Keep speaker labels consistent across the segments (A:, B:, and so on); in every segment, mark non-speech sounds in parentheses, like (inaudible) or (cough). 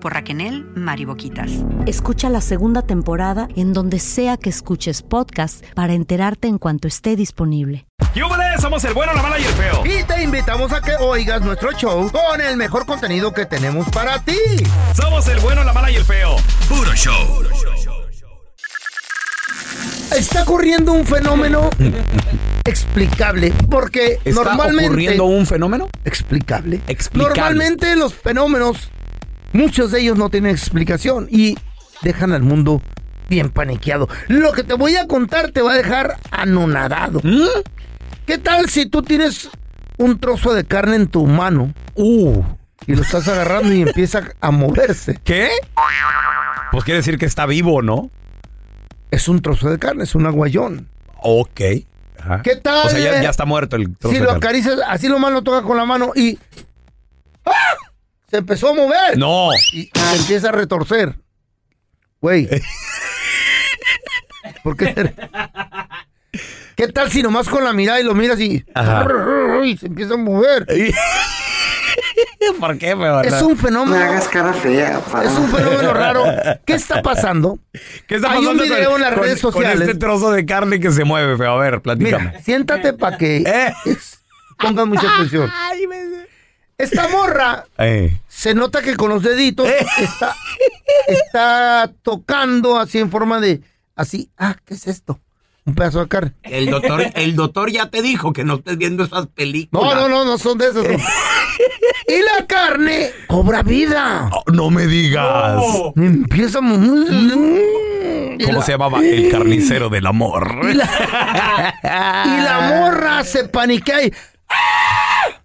A: por Raquenel Mariboquitas.
B: Escucha la segunda temporada en donde sea que escuches podcast para enterarte en cuanto esté disponible.
C: ¡Yúbales! Somos el bueno, la mala y el feo.
D: Y te invitamos a que oigas nuestro show con el mejor contenido que tenemos para ti.
C: Somos el bueno, la mala y el feo. Puro show.
D: Está ocurriendo
E: (laughs)
D: un fenómeno explicable porque
E: ¿Está
D: normalmente
E: ocurriendo un fenómeno?
D: explicable.
E: Explicable.
D: Normalmente los fenómenos muchos de ellos no tienen explicación y dejan al mundo bien paniqueado. Lo que te voy a contar te va a dejar anonadado.
E: ¿Mm?
D: ¿Qué tal si tú tienes un trozo de carne en tu mano? Uh, y lo estás agarrando
E: (laughs)
D: y empieza a moverse.
E: ¿Qué? Pues quiere decir que está vivo, ¿no?
D: Es un trozo de carne, es un aguayón.
E: Ok. Ajá.
D: ¿Qué tal,
E: O sea, ya,
D: eh?
E: ya está muerto el trozo
D: Si
E: de
D: lo
E: carne.
D: acaricias, así lo más lo toca con la mano y ¡Ah! se empezó a mover.
E: No.
D: y se empieza a retorcer.
E: (laughs)
D: Güey. ¿Por qué? te- ¿Qué tal si nomás con la mirada y lo miras y,
E: Ajá.
D: (laughs)
E: Eh,
D: y se empieza a mover?
E: (laughs) ¿Por qué, feo?
D: Es un fenómeno.
F: cara fea,
D: Es un fenómeno raro.
E: (laughs)
D: ¿Qué está pasando?
E: ¿Qué está
D: Hay
E: pasando
D: un video
E: con,
D: en las
E: con-
D: redes
E: con
D: sociales.
E: este trozo de carne que se mueve, feo? A ver, platícame.
D: Mira, siéntate para que
E: (laughs) Eh.
D: pongan mucha atención. Esta morra
E: Eh.
D: se nota que con los deditos
E: Eh.
D: está, está tocando así en forma de, así, ah, ¿qué es esto? Un pedazo de carne.
G: El doctor, el doctor ya te dijo que no estés viendo esas películas.
D: No, no, no, no son de
E: (laughs)
D: esos. no. y la carne cobra vida.
E: Oh, no me digas.
D: Empieza a mover. Y
E: ¿Cómo
D: la-
E: se llamaba? El carnicero del amor.
D: Y la
E: Ah.
D: morra se paniquea y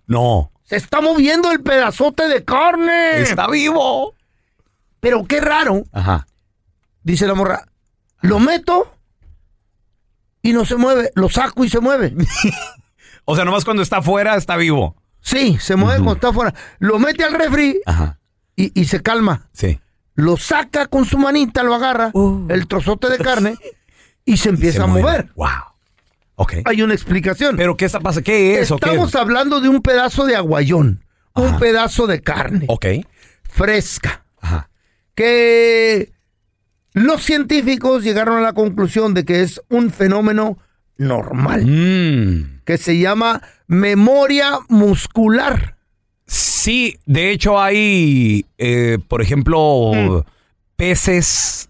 E: No.
D: se está moviendo el pedazote de carne.
E: Está vivo.
D: Pero qué raro,
E: Ajá.
D: dice la morra. Lo meto y no se mueve. Lo saco y se mueve. (laughs)
E: O sea, nomás cuando está afuera está vivo.
D: Sí, se mueve cuando está afuera. Lo mete al refri
E: Ajá.
D: y, y se calma.
E: Sí.
D: Lo saca con su manita, lo agarra, el trozote de carne y se empieza
E: Uh. Se
D: a
E: mueve.
D: mover.
E: Wow. Ok.
D: Hay una explicación.
E: Pero ¿qué está pasando? ¿Qué es? o qué?
D: Estamos hablando de un pedazo de aguayón,
E: Ajá.
D: un pedazo de carne
E: Ok.
D: fresca,
E: Ajá.
D: que los científicos llegaron a la conclusión de que es un fenómeno normal,
E: Mm.
D: que se llama memoria muscular.
E: Sí, de hecho hay, eh, por ejemplo,
D: Mm.
E: peces,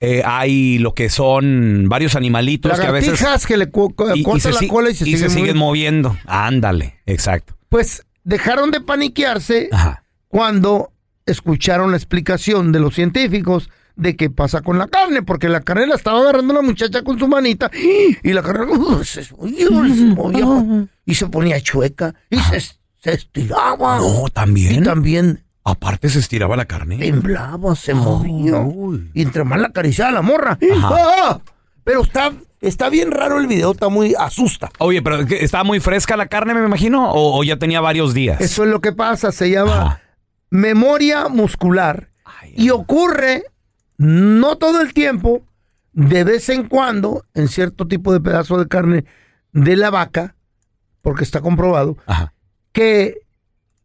E: eh, hay lo que son varios animalitos que a veces...
D: Lagartijas que le cu- cu-
E: y- y
D: cortan
E: se
D: la
E: si-
D: cola y se, siguen moviendo.
E: moviendo. Ándale, exacto.
D: Pues dejaron de paniquearse
E: Ajá.
D: cuando escucharon la explicación de los científicos de qué pasa con la carne, porque la carne la estaba agarrando la muchacha con su manita y la carne uh, se, movía, se
E: Ah.
D: movía, y se ponía chueca y se, se estiraba
E: No,
D: y
E: también.
D: Ah. también
E: Aparte se estiraba la carne.
D: temblaba,
E: Ah.
D: se movía
E: Uy.
D: y entre más la acariciaba la morra.
E: Ajá.
D: ¡Ah! Pero está, está bien raro el video, está muy asusta.
E: Oye, pero ¿qué- ¿estaba muy fresca la carne, me imagino? ¿O, o ya tenía varios días?
D: Eso es lo que pasa, se llama
E: Ajá.
D: memoria muscular.
E: Ay,
D: Y ocurre, no todo el tiempo, de vez en cuando, en cierto tipo de pedazo de carne de la vaca, porque está comprobado,
E: Ajá.
D: que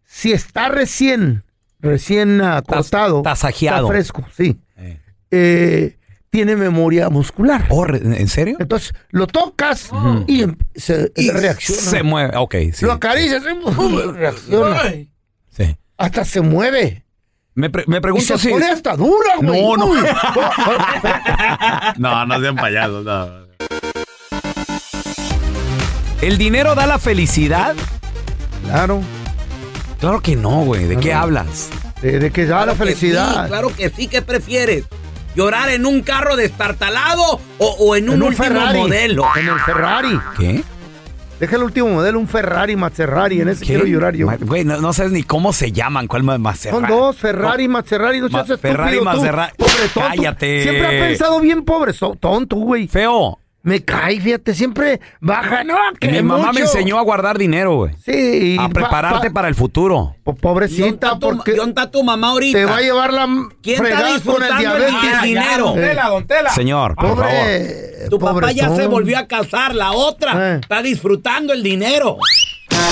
D: si está recién, recién ah, cortado,
E: tasajeado.
D: está fresco, sí,
E: Eh.
D: eh, tiene memoria muscular.
E: Oh, re- ¿En serio?
D: Entonces, lo tocas y em- se
E: Y
D: reacciona.
E: Se mueve. Ok, sí.
D: lo acaricias, ¿eh? reacciona.
E: sí.
D: Hasta se mueve.
E: Me, pre- me
D: Y
E: pregunto
D: se
E: si.
D: pone hasta dura, güey.
E: No, no. (laughs)
D: Uy.
E: Ah, No, no sean payasos, no. ¿El dinero da la felicidad?
D: Claro.
E: Claro que no, güey. ¿De qué hablas?
D: De, de que da la
G: Claro que
D: felicidad.
G: sí, claro que sí, ¿qué prefieres? ¿Llorar en un carro destartalado o, o en un, último modelo?
D: En el Ferrari.
E: ¿Qué?
D: Deja el último modelo, un Ferrari, Maserati. En ese
E: ¿Qué?
D: quiero llorar yo.
E: Ma- Güey, no, no sabes ni cómo se llaman, cuál más Maserati.
D: Son dos, Ferrari, Maserati. No
E: Ma-
D: seas estúpido
E: Ferrari,
D: tú.
E: Maserati.
D: Pobre tonto.
E: Cállate.
D: Siempre ha pensado bien pobre. so- tonto, güey.
E: Feo.
D: Me cae, fíjate. Siempre baja. No, que
E: Mi mamá me
D: Eh, mucho.
E: enseñó a guardar dinero, güey.
D: Sí.
E: A
D: pa-
E: prepararte
D: pa-
E: para el futuro.
D: po- Pobrecita, porque
G: ¿Dónde está tu mamá ahorita?
D: te va a llevar la m-
G: ¿Quién está
D: fregada con el
G: disfrutando el Ah,
D: diabetes.
G: dinero?
D: Eh,
E: Señor, por favor.
D: Pobre.
G: Tu papá ya se
D: pobretón.
G: volvió a casar, la otra
D: Eh.
G: está disfrutando el dinero.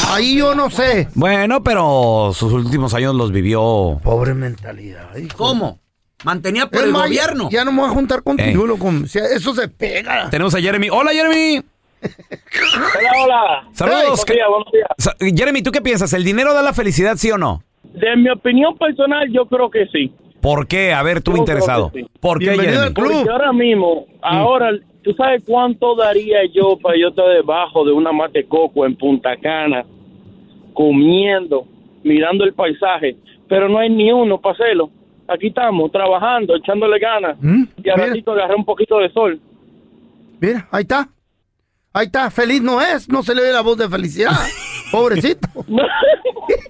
D: Ahí yo no sé.
E: Bueno, pero sus últimos años los vivió.
D: Pobre mentalidad. hijo.
G: ¿Cómo? Mantenía por
D: Es
G: el
D: más,
G: gobierno.
D: Ya no me voy a juntar
E: Ey.
D: contigo, loco. O sea, Eso se pega.
E: Tenemos a Jeremy. Hola, Jeremy.
F: Hola, hola.
E: Saludos.
F: Buenos días, buenos días.
E: Sa- Jeremy, ¿tú qué piensas? ¿El dinero da la felicidad, sí o no?
F: De mi opinión personal, yo creo que sí.
E: ¿Por qué? A ver, tú
F: Yo creo
E: interesado.
F: que sí.
E: ¿Por qué,
D: Bienvenido
E: Jeremy?
D: al club.
F: Porque ahora mismo, ahora, ¿tú sabes cuánto daría yo para yo estar debajo de una mate coco en Punta Cana, comiendo, mirando el paisaje? Pero no hay ni uno para hacerlo. Aquí estamos, trabajando, echándole ganas.
D: Mm,
F: Y a
D: mira.
F: ratito agarré un poquito de sol.
D: Mira, ahí está. Ahí está. Feliz no es. No se le ve la voz de felicidad. Pobrecito.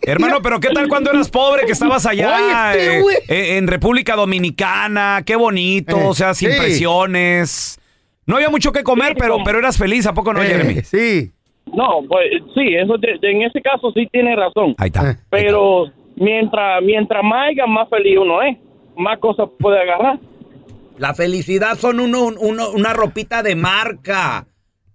E: Hermano, pero ¿qué tal cuando eras pobre que estabas allá
D: Oye, este
E: eh,
D: güey.
E: eh, en República Dominicana? Qué bonito,
D: Eh,
E: o sea, sin
D: sí.
E: presiones. No había mucho que comer, pero, pero eras feliz, ¿a poco no,
D: Eh,
E: Jeremy?
D: sí.
F: No, pues sí, eso de- de- en ese caso sí tiene razón.
E: Ahí está.
D: Eh.
F: Pero mientras, mientras más haya, más feliz uno es. Más cosas puede agarrar.
G: La felicidad son uno, uno- una ropita de marca,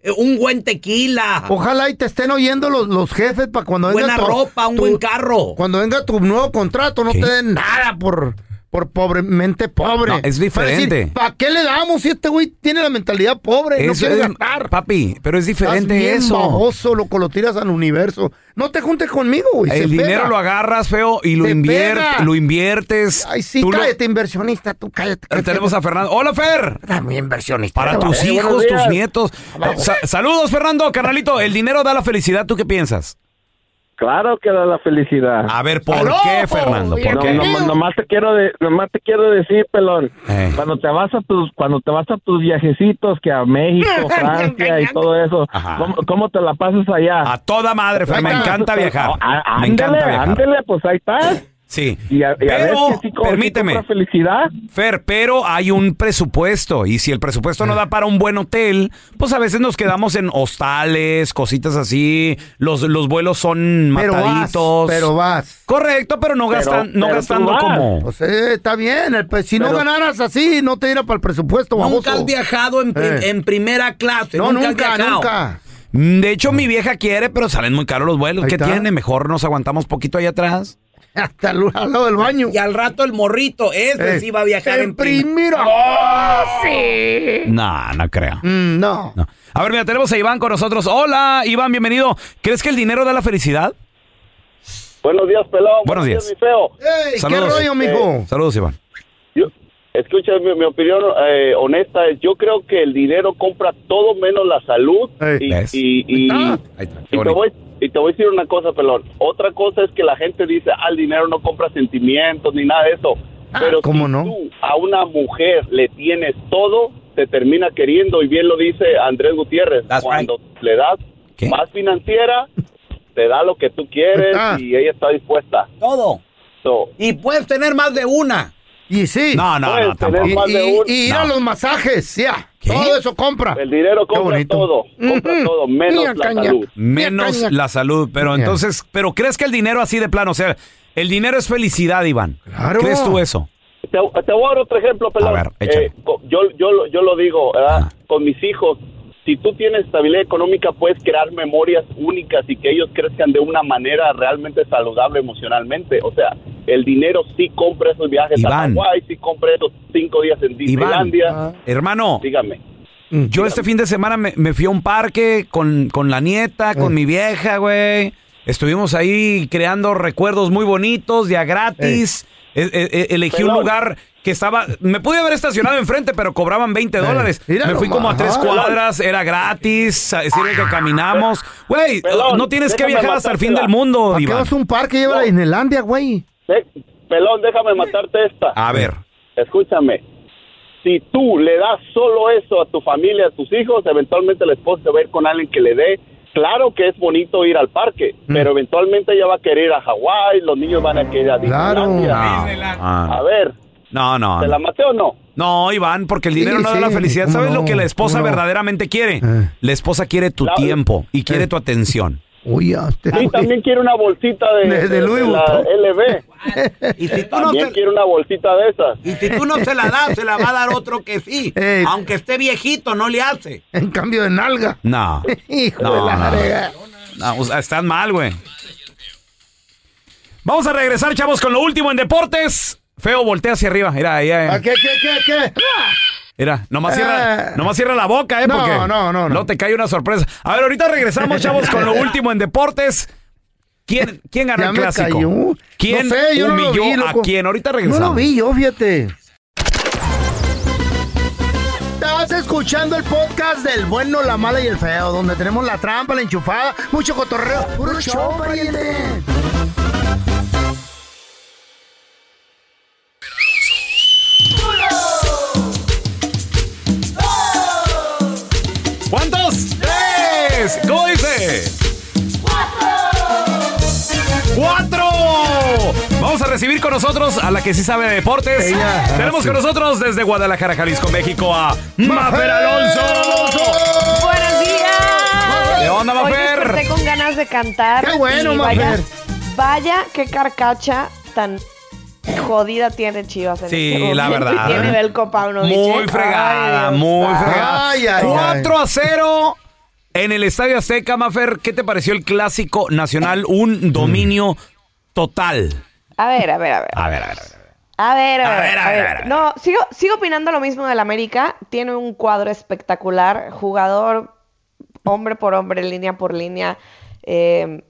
G: eh, un buen tequila,
E: Ah.
D: Ojalá y te estén oyendo los, los jefes para cuando venga
G: buena
D: tu-
G: ropa, un
D: tu-
G: buen carro.
D: Cuando venga tu nuevo contrato, no
E: ¿Qué?
D: te den nada por, por pobremente pobre.
E: No, es diferente.
D: ¿Para qué le damos si este güey tiene la mentalidad pobre? no
E: Eso
D: quiere
E: es-
D: gastar.
E: papi, pero es
D: Estás
E: diferente
D: bien
E: eso.
D: baboso, loco, lo tiras al universo. No te juntes conmigo, güey. se
E: El dinero
D: pega.
E: lo agarras, feo, y lo,
D: Se
E: invier-
D: pega.
E: lo inviertes.
D: Ay, sí,
E: Tú lo-
D: cállate, inversionista, tú cállate.
E: Eh,
D: cállate.
E: Tenemos a Fernando. Hola, Fer.
D: Dame inversionista.
E: Para
D: Te
E: tus
D: vale.
E: hijos,
F: buenos
E: tus
F: días.
E: nietos. Sa- saludos, Fernando, carnalito. El dinero da la felicidad, ¿tú qué piensas?
F: Claro que da la felicidad.
E: A ver, ¿por
D: ¡Aló!
E: qué, Fernando? Ah, ¿Por
F: No,
E: qué?
F: no, nomás te quiero de- nomás te quiero decir, pelón,
E: Eh.
F: cuando te vas a tus cuando te vas a tus viajecitos que a México, Francia y todo eso,
E: Ajá.
F: ¿cómo, cómo te la pasas allá?
E: A toda madre, Fer, me
D: Ahí está.
E: encanta viajar.
F: Á-
E: Me
F: ándele,
E: encanta viajar.
F: ándele, pues ahí estás.
E: Sí.
F: Y a, y a ver
E: Pero,
F: si sí co- sí
E: permíteme,
F: compras felicidad.
E: Fer, pero hay un presupuesto. Y si el presupuesto no
F: Ah.
E: da para un buen hotel, pues a veces nos quedamos en hostales, cositas así. Los, los vuelos son
D: Pero vas,
E: mataditos.
D: pero vas.
E: Correcto, pero no, gastan, no
F: pero tú
E: gastando
F: vas.
E: como.
D: Pues eh, está bien, el pre- si no
F: Pero-
D: ganaras así, no te irá para el presupuesto,
G: Nunca
D: baboso.
G: has viajado en, pri-
D: Eh.
G: en primera clase.
D: No,
G: nunca, has
D: nunca,
G: viajado.
D: nunca. (laughs)
E: Mm, De hecho, mi vieja quiere, pero salen muy caros los vuelos.
D: Ahí
E: ¿Qué
D: está.
E: tiene? Mejor nos aguantamos poquito ahí atrás.
D: Hasta el- al lado del baño.
G: Y al rato el morrito, ese
D: Eh,
G: sí va a viajar en
D: en
G: primera.
D: primera. ¡Oh, sí!
E: No, no creo.
D: Mm, no.
E: No. A ver, mira, tenemos a Iván con nosotros. Hola, Iván, bienvenido. ¿Crees que el dinero da la felicidad?
F: Buenos días, pelón.
E: Buenos días.
F: mi feo.
D: Ey, ¿Qué
E: Saludos.
D: rollo, mijo?
E: Saludos, Iván.
F: Yo- escucha mi, mi opinión eh, honesta. Yo creo que el dinero compra todo menos la salud.
D: Ey.
F: y-
E: ¿Ves?
F: y- y-
D: Ah.
E: Ahí está. qué
F: Y te,
E: bonito.
F: voy, y te voy a decir una cosa, pelón. Otra cosa es que la gente dice, al dinero no compra sentimientos ni nada de eso.
D: Ah,
F: Pero
D: ¿cómo
F: si
D: no?
F: tú a una mujer le tienes todo, te termina queriendo. Y bien lo dice Andrés Gutiérrez.
G: That's
F: cuando le das
E: ¿Qué?
F: más financiera, te da lo que tú quieres
D: Ah.
F: y ella está dispuesta.
G: Todo.
F: So,
G: Y puedes tener más de una.
D: Y sí.
E: No, no, no,
F: Puedes tener
E: tampoco.
D: y,
F: más de
D: y-
F: un-
D: y ir a
E: No.
D: los masajes, ya.
E: ¿Qué?
D: Todo eso compra.
F: (laughs) el dinero compra
D: bonito.
F: todo. Compra
D: Ujú.
F: todo, menos
D: Mira,
F: la
D: caña.
F: salud.
E: Menos
D: Mira, caña.
E: la salud. Pero
D: Mira.
E: entonces, pero ¿crees que el dinero así de plano? O sea, el dinero es felicidad, Iván.
D: Claro.
E: ¿Crees tú eso?
F: Te, te voy a dar otro ejemplo, pelón. Eh,
E: A ver, échale.
F: co- yo, yo, lo- yo lo digo, ¿verdad?
E: Ajá.
F: Con mis hijos, si tú tienes estabilidad económica, puedes crear memorias únicas y que ellos crezcan de una manera realmente saludable emocionalmente. O sea, el dinero sí compra esos viajes
E: Iván.
F: a Hawái, sí compra esos cinco días en
E: Iván, Ah.
F: Disneylandia.
E: hermano,
F: Dígame.
E: yo este fin de semana me, me fui a un parque con, con la nieta, con
D: Eh.
E: mi vieja, güey. Estuvimos ahí creando recuerdos muy bonitos, ya gratis.
D: Eh.
E: E- e- e- elegí un
F: Pelón.
E: lugar que estaba... Me pude haber estacionado enfrente, pero cobraban
D: Eh.
E: 20 dólares.
D: Mira
E: Me fui como a
D: nomás.
E: tres cuadras, era gratis, a decirle que caminamos. Güey,
F: Pelón,
E: no tienes que
F: déjame
E: viajar hasta el fin del
F: matártela.
E: mundo,
D: ¿Para qué
E: Iván.
D: vas a un parque? Lleva a Disneylandia, güey.
F: Ve- Eh, pelón, déjame matarte esta.
E: A ver.
F: Escúchame. Si tú le das solo eso a tu familia, a tus hijos, eventualmente la esposa se va a ir con alguien que le dé
H: claro que es bonito ir al parque, pero eventualmente ella va a querer ir a Hawái, los niños van a querer a Disneylandia.
E: Ah,
H: A ver,
E: no, no.
H: ¿te la maté o no?
E: No, Iván, porque el dinero
D: Sí,
E: no da
D: sí,
E: la felicidad.
D: ¿cómo
E: ¿Sabes
D: no?
E: lo que la esposa
D: ¿Cómo no?
E: verdaderamente quiere?
D: Eh.
E: La esposa quiere tu
H: Claro.
E: tiempo y
G: Eh.
E: quiere tu atención.
D: Oye, este
H: Sí,
D: güey.
H: también quiere una bolsita de,
D: De- de Louis
H: la
D: Vuitton.
H: LB.
G: Y si tú no
H: También
G: se,
H: quiere una bolsita de esas.
G: y si tú no se la das, se la va a dar otro que
E: (laughs)
G: sí.
E: Eh.
D: Ey.
G: Aunque esté viejito, no le hace.
D: (laughs) En cambio de nalga.
G: (laughs)
E: No.
D: (laughs) Hijo
E: No,
D: de la
E: no.
D: frega.
E: No, o sea, están mal, güey. Vamos a regresar, chavos, con lo último en deportes. Feo, voltea hacia arriba. Mira, ahí, eh. ahí.
D: ¿A ¿Qué, qué, qué, qué?
E: Mira, nomás
D: Eh.
E: cierra, nomás cierra la boca, ¿eh?
D: No,
E: Porque
D: no, no, no.
E: te cae una sorpresa. A ver, ahorita regresamos, chavos,
D: (laughs)
E: con lo último en deportes. ¿Quién, quién ganó
D: Ya
E: el
D: me
E: clásico?
D: cayó.
E: ¿Quién
D: No sé, yo no lo
E: humilló
D: vi,
E: a
D: loco.
E: quién? Ahorita
D: No
E: regresamos.
D: lo vi yo, fíjate. Estás escuchando el podcast del bueno, la mala y el feo, donde tenemos la trampa, la enchufada, mucho cotorreo. ¡Puro show, pariente!
E: ¿Cuántos? ¡Tres! ¿Cómo dice? ¡Cuatro! Vamos a recibir con nosotros a la que sí sabe de deportes.
D: Ella.
E: Tenemos con nosotros desde Guadalajara, Jalisco, México, a Mafer
D: ¡Mafer
E: Alonso.
I: Buenos días.
E: ¿Qué onda,
I: Hoy
E: Mafer?
I: desperté con ganas de cantar.
D: ¡Qué bueno,
I: y vaya,
D: Mafer!
I: Vaya, qué carcacha tan jodida tiene Chivas. En
E: Sí,
I: este
E: la
I: momento.
E: verdad.
I: Y Tiene el Paunovic.
E: Muy
I: ¿eh?
E: fregada,
I: Ay, Dios.
E: muy
I: Ay,
E: fregada.
D: Ay, ay,
E: 4 a 0 en el Estadio Azteca, Mafer. ¿Qué te pareció el clásico nacional? Un dominio total.
I: A ver, a ver, a ver.
E: A ver, a ver. a ver.
I: A ver, a, ver, a ver.
E: a ver.
I: No, sigo, sigo opinando lo mismo del América. Tiene un cuadro espectacular, jugador hombre por hombre, línea por línea. Eh,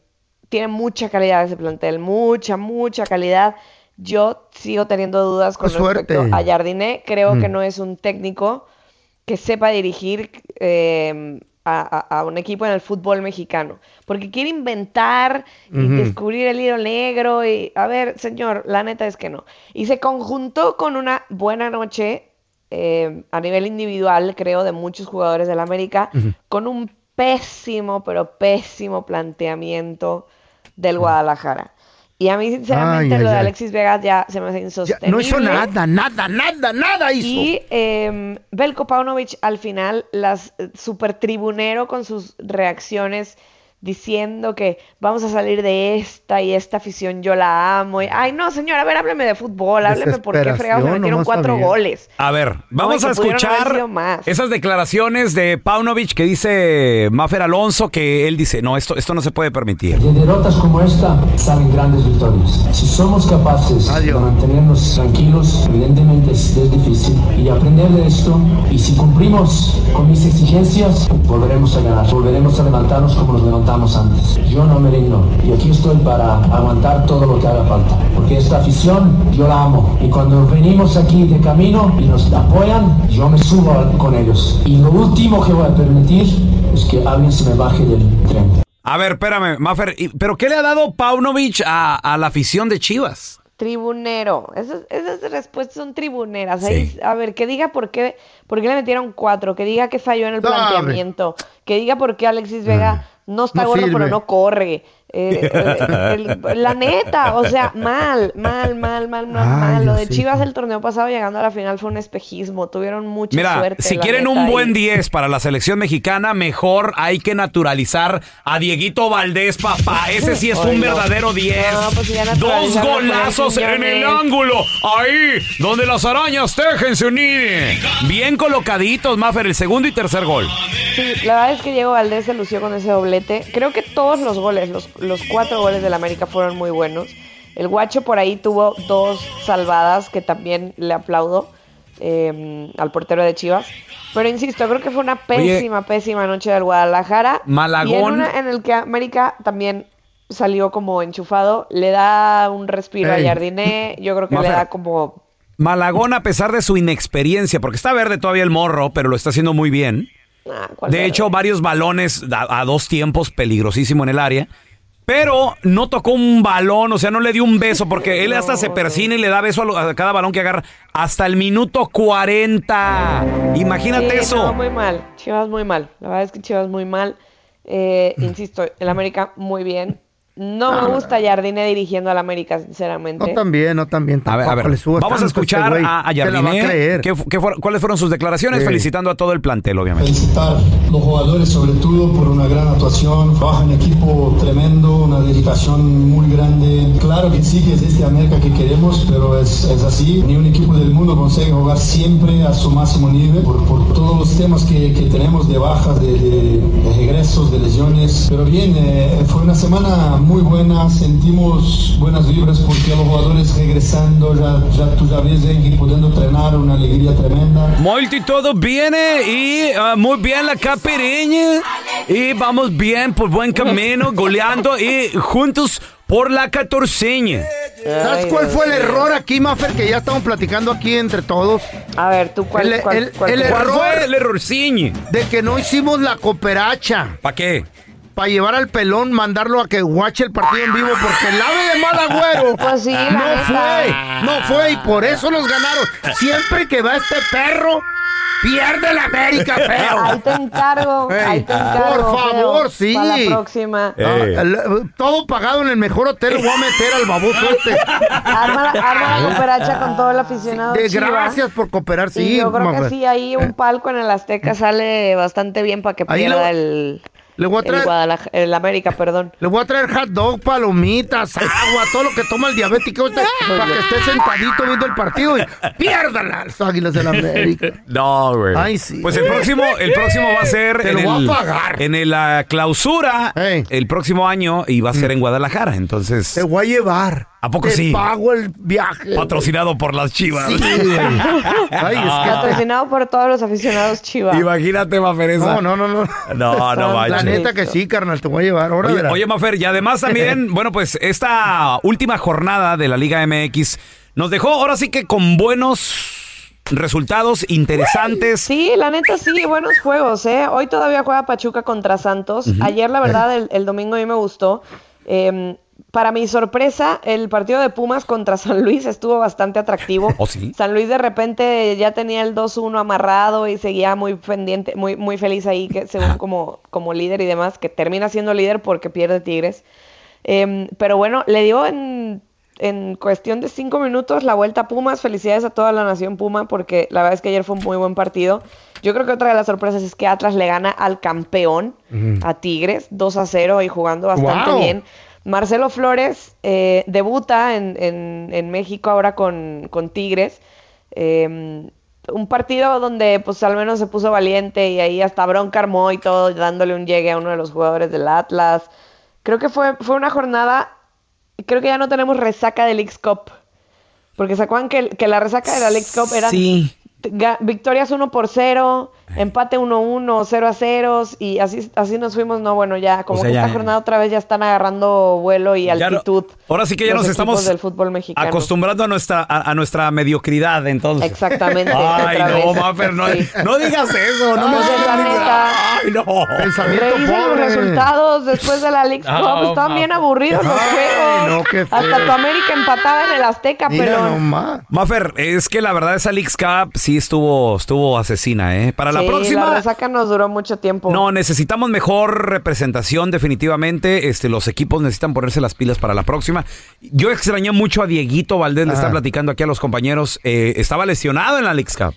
I: tiene mucha calidad ese plantel, mucha, mucha calidad. Yo sigo teniendo dudas con
D: Suerte.
I: respecto a Jardiné. Creo que no es un técnico que sepa dirigir eh, a, a- a un equipo en el fútbol mexicano. Porque quiere inventar y descubrir el hilo negro y, a ver, señor, la neta es que no. Y se conjuntó con una buena noche eh, a nivel individual, creo, de muchos jugadores del América, con un pésimo, pero pésimo planteamiento del Guadalajara. Y a mí, sinceramente,
D: Ay,
I: lo
D: ay,
I: de
D: ay.
I: Alexis Vegas ya se me hace
D: Ya,
I: insostenible.
D: no hizo nada, nada, nada, nada hizo.
I: Y eh, Belko Paunovic al final, las eh, super tribunero con sus reacciones diciendo que vamos a salir de esta y esta afición yo la amo. Y, Ay, no, señora, a ver, hábleme de fútbol, hábleme por qué fregados
D: Desesperación,
I: me metieron
D: nomás
I: cuatro
D: sabía.
I: goles.
E: A ver, vamos
I: Ay,
E: a
I: que pudieron haber
E: escuchar
I: sido más.
E: esas declaraciones de Paunovic que dice Mafer Alonso, que él dice, no, esto, esto no se puede permitir.
J: De derrotas como esta salen grandes victorias. Si somos capaces
D: Adiós.
J: de mantenernos tranquilos, evidentemente es, es difícil. Y aprender de esto, y si cumplimos con mis exigencias, volveremos a ganar, volveremos a levantarnos como nos levantamos antes. Yo no me digno, y aquí estoy para aguantar todo lo que haga falta. Porque esta afición, yo la amo. Y cuando venimos aquí de camino y nos apoyan, yo me subo al- con ellos. Y lo último que voy a permitir es que alguien se me baje del tren.
E: A ver, espérame, Mafer, ¿y- ¿pero qué le ha dado Paunovic a, a la afición de Chivas?
I: Tribunero. Esas, esas respuestas son tribuneras. Ahí,
E: Sí.
I: a ver, que diga por qué, por qué le metieron cuatro, que diga que falló en el
D: No, hombre.
I: planteamiento, que diga por qué Alexis Vega no está
D: no
I: gordo
D: sirve.
I: pero no corre. Eh, eh, el- la neta, o sea, mal, mal, mal, mal, mal,
D: Ay,
I: mal. Lo de
D: Diosito.
I: Chivas el torneo pasado llegando a la final fue un espejismo. Tuvieron mucha
E: Mira,
I: suerte.
E: si
I: la
E: quieren
I: neta,
E: un buen
I: y-
E: 10 para la selección mexicana, mejor hay que naturalizar a Dieguito Valdés, papá. Ese sí es
I: Ay,
E: un
I: no.
E: verdadero 10.
I: No, pues, si ya
E: Dos
I: naturalizaron a
E: golazos
I: Juan
E: en el
I: Quiñones.
E: ángulo. Ahí, donde las arañas tejen se unir. Bien colocaditos, Mafer, el segundo y tercer gol.
I: Sí, la verdad es que Diego Valdés se lució con ese doblete. Creo que todos los goles, los, los cuatro goles del América fueron muy buenos. El Guacho por ahí tuvo dos salvadas que también le aplaudo eh, al portero de Chivas. Pero insisto, creo que fue una pésima, pésima noche del Guadalajara.
E: Malagón.
I: Y en una en el que América también salió como enchufado. Le da un respiro
D: Ey.
I: a Jardiné. Yo creo que
E: Mafer.
I: le da como
E: Malagón, a pesar de su inexperiencia, porque está verde todavía el morro, pero lo está haciendo muy bien.
I: ah, ¿cuál
E: De
I: verde?
E: hecho, varios balones a, a dos tiempos, peligrosísimo en el área. Pero no tocó un balón, o sea, no le dio un beso, porque él hasta se persina y le da beso a, lo- a cada balón que agarra hasta el minuto 40. Imagínate
I: Sí,
E: eso.
I: no, muy mal. Chivas muy mal. La verdad es que Chivas muy mal. Eh,
D: Mm.
I: insisto, el América muy bien. No
D: No,
I: me
D: no,
I: gusta Jardine dirigiendo al América, sinceramente.
D: Ah. No también, no también.
E: A ver, a ver, vamos
D: este
E: a escuchar a, a Jardiné. ¿Qué fu- qué fueron- ¿Cuáles fueron sus declaraciones?
J: Sí.
E: Felicitando a todo el plantel, obviamente.
J: Felicitar a los jugadores sobre todo por una gran actuación, trabajo en equipo tremendo, una dedicación muy grande. Claro que sí que es este América que queremos, pero es, es así. Ni un equipo del mundo consigue jugar siempre a su máximo nivel por, por todos los temas que, que tenemos de bajas, de, de- de regresos, de lesiones. Pero bien, eh, fue una semana muy buena, sentimos buenas vibras porque los jugadores regresando, ya, ya tú ya ves eh, que pudiendo entrenar, una alegría tremenda.
E: Molti todo viene y ah, muy bien la capiriña. Y vamos bien por buen
D: (laughs)
E: camino, goleando y juntos por la catorceña.
D: ¿Sabes cuál fue el error aquí, Maffer, que ya estamos platicando aquí entre todos?
I: A ver, ¿tú
E: cuál-
D: el,
E: cuál-
D: el-
E: cuál-
D: el
E: cuál
D: error
E: fue el errorciño?
D: De que no hicimos la cooperacha.
E: ¿Para qué?
D: Para llevar al pelón, mandarlo a que guache el partido en vivo, porque el ave de mal agüero
I: (laughs) Pues sí, la
D: no
I: neta.
D: fue, no fue, y por eso nos ganaron. Siempre que va este perro, pierde la América, feo.
I: Ahí te encargo,
D: (laughs) Ey,
I: ahí te
D: por
I: encargo.
D: favor,
I: feo,
D: sí.
I: Para la próxima.
D: Ah, el- todo pagado en el mejor hotel, voy a meter al baboso este.
I: Arma, la- arma la cooperacha con todo el aficionado.
D: Eh,
I: Chiva.
D: gracias por cooperar, sí.
I: y yo creo que
D: Maffer.
I: sí, ahí un palco en el Azteca sale bastante bien para que
D: Ahí
I: pierda
D: lo-
I: el,
D: Le voy a
I: el
D: traer-
I: Guadalaj- el América, perdón.
D: Le voy a traer hot dog, palomitas, agua, todo lo que toma el diabético ahorita, para que esté sentadito viendo el partido y pierdan las águilas del América.
E: No, güey.
D: Ay, sí.
E: Pues el próximo, el próximo va a ser
D: Te
E: en,
D: lo voy a
E: el,
D: pagar.
E: en el, ah, clausura el próximo año y va a
D: Mm.
E: ser en Guadalajara. Entonces. Te
D: voy a llevar.
E: ¿A poco
D: Te
E: sí?
D: pago el viaje.
E: Patrocinado por las chivas.
D: Sí, güey. Ay, es que-
I: Patrocinado por todos los aficionados Chivas.
E: (laughs) Imagínate, Mafereza.
D: No, no, no, no.
E: Ah. No, no
D: La
E: manches.
D: neta que sí, carnal, te voy a llevar. Ahora
E: Oye,
D: verás.
E: oye, Mafer, y además también, bueno, pues esta última jornada de la Liga MX nos dejó ahora sí que con buenos resultados interesantes.
I: Sí, la neta sí, buenos juegos, ¿eh? Hoy todavía juega Pachuca contra Santos.
E: Ujú.
I: Ayer, la verdad, el, el domingo a mí me gustó. Eh, para mi sorpresa, el partido de Pumas contra (laughs) San Luis estuvo bastante atractivo.
E: ¿Oh, sí?
I: San Luis de repente ya tenía el 2-1 amarrado y seguía muy pendiente, muy, muy feliz ahí, que según como, como líder y demás, que termina siendo líder porque pierde Tigres. Eh, pero bueno, le dio en, en cuestión de cinco minutos la vuelta a Pumas. Felicidades a toda la nación Puma porque la verdad es que ayer fue un muy buen partido. Yo creo que otra de las sorpresas es que Atlas le gana al campeón, a Tigres, 2 a 0 y jugando bastante
K: ¡Guau!
I: bien. Marcelo Flores eh, debuta en, en- en México ahora con, con Tigres. Eh, un partido donde pues al menos se puso valiente y ahí hasta bronca armó y todo, dándole un llegue a uno de los jugadores del Atlas. Creo que fue, fue una jornada, creo que ya no tenemos resaca del X Cup. Porque se acuerdan que, que la resaca de la Leagues Cup era
E: Sí.
I: victorias 1 por 0, empate 1-1, 0 a 0 y así, así nos fuimos, no, bueno, ya como
E: O sea,
I: que
E: ya-
I: esta jornada otra vez ya están agarrando vuelo y
E: Ya no-
I: altitud.
E: ahora sí que ya
I: los
E: nos
I: equipos
E: estamos
I: del fútbol mexicano.
E: Acostumbrando a nuestra, a, a nuestra mediocridad, entonces.
I: Exactamente,
E: (laughs) Ay,
I: otra
E: no,
I: vez.
E: Mafer, no,
I: Sí.
E: no digas eso. No,
I: No,
E: me
I: es la neta.
E: Ay, no.
I: Revisen los resultados después de la League
E: Ah,
I: Cup, estaban bien
E: Mafer.
I: aburridos los
E: Ay,
I: juegos.
E: no, qué feo.
I: Hasta tu América empataba en el Azteca, pero
E: Mafer, es que la verdad esa League Cup sí estuvo, estuvo asesina, ¿eh? Para la
I: Sí,
E: próxima,
I: la resaca nos duró mucho tiempo.
E: No, necesitamos mejor representación definitivamente. Este, los equipos necesitan ponerse las pilas para la próxima. Yo extrañé mucho a Dieguito Valdés, le está platicando aquí a los compañeros. Eh, estaba lesionado en la League Cup.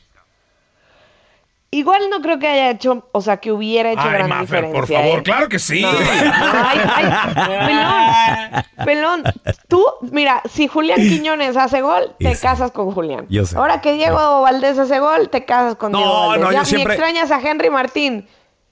I: Igual no creo que haya hecho, o sea, que hubiera hecho gran diferencia. ¿eh?
E: claro que sí.
I: Ay, ay, pelón, pelón, tú, mira, si Julián Quiñones hace gol, te casas con Julián.
E: Yo sé.
I: Ahora que Diego Valdés hace gol, te casas con
E: No,
I: Diego Valdés.
E: no, yo
I: ya, ni
E: siempre-
I: extrañas a Henry Martín.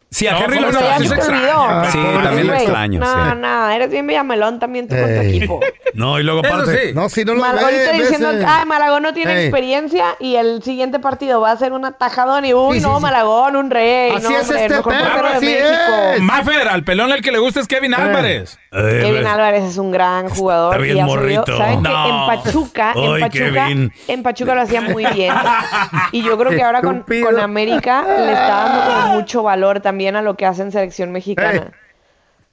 E: Sí, a
I: No,
E: Henry
I: ¿cómo
E: lo
I: no?
E: extraño.
I: Ya se te olvidó.
E: Sí,
I: Pobre
E: también lo
I: güey.
E: extraño.
I: No,
E: sí.
I: no, eres bien villamelón también tú con tu
E: Ey.
I: equipo.
E: No, y luego
D: Eso
E: aparte.
D: sí. No, si no lo
I: Margarita
D: ves,
I: diciendo,
D: ves, eh.
I: ah, Malagón no tiene
E: Ey.
I: experiencia y el siguiente partido va a ser un atajadón y uy, no, Malagón, un rey.
D: Así
I: no,
D: es
I: hombre, el
D: este
I: mejor
D: perro,
I: portero de
D: así
I: México.
L: Maffer, al pelón el que le gusta es Kevin Álvarez.
I: Kevin Álvarez es un gran jugador.
L: bien
I: y ha subido-
L: morrito.
I: ¿Saben
L: No.
I: qué? En Pachuca,
L: Ay,
I: en Pachuca,
L: Kevin.
I: en Pachuca lo hacía muy
L: (laughs)
I: bien. Y yo creo que ahora con, con América le está dando como mucho valor también a lo que hace en selección mexicana.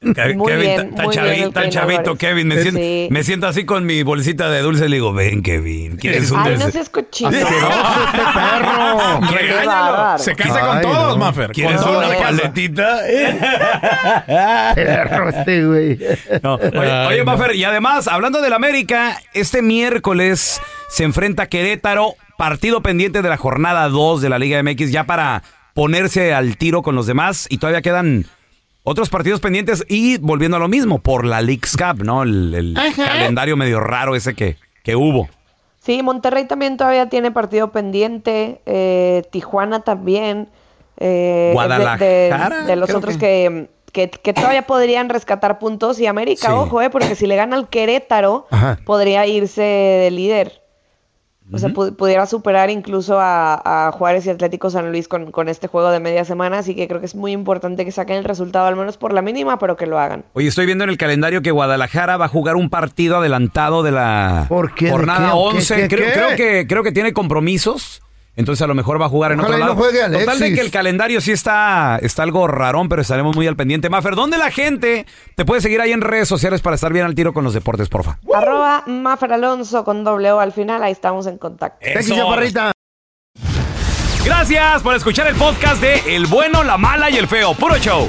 E: Ke-
I: Muy
E: Kevin,
I: bien,
E: tan
I: muy bien,
E: chavi-
I: el
E: tan
I: Kevin
E: chavito,
I: Álvarez.
E: Kevin. Me,
I: Sí.
E: siento, me siento así con mi bolsita de dulce. Le digo, ven, Kevin, ¿quieres un
I: Ay,
E: dulce?
I: no seas
E: (laughs)
I: cochino.
E: este Qué
I: Qué
E: bárbaro.
I: bárbaro.
L: Se casa con
E: Ay,
L: todos,
E: no.
L: Maffer. Con
E: ¿Quieres
L: todos
E: una
L: se casa.
E: paletita?
D: Perro este, güey.
E: No, oye, oye, Maffer, y además, hablando del América, este miércoles se enfrenta a Querétaro, partido pendiente de la jornada 2 de la Liga MX, ya para ponerse al tiro con los demás, y todavía quedan otros partidos pendientes, y volviendo a lo mismo, por la League's Cup, ¿no? El, el
I: Ajá.
E: calendario medio raro ese que, que hubo.
I: Sí, Monterrey también todavía tiene partido pendiente, eh, Tijuana también, eh, de-
E: Guadalajara,
I: de, de los
E: creo
I: otros que... que- que todavía podrían rescatar puntos y América,
E: Sí.
I: ojo, eh, porque si le gana al Querétaro,
E: Ajá.
I: podría irse de líder. O sea, pu- pudiera superar incluso a, a Juárez y Atlético San Luis con, con este juego de media semana, así que creo que es muy importante que saquen el resultado, al menos por la mínima, pero que lo hagan.
E: Oye, estoy viendo en el calendario que Guadalajara va a jugar un partido adelantado de la
D: qué? ¿De
E: jornada
D: qué? ¿O qué?
E: 11.
D: ¿Qué?
E: creo,
D: ¿Qué?
E: creo que, creo que tiene compromisos. Entonces a lo mejor va a jugar en
D: Ojalá
E: otro
D: y no
E: lado.
D: juegue
E: Total de
D: Alexis.
E: que el calendario sí está, está algo rarón, pero estaremos muy al pendiente. Mafer, ¿dónde la gente te puede seguir ahí en redes sociales para estar bien al tiro con los deportes, porfa?
I: Arroba Mafer Alonso con doble O al final, ahí estamos en contacto.
E: Eso. Gracias por escuchar el podcast de El Bueno, la Mala y el Feo. Puro show.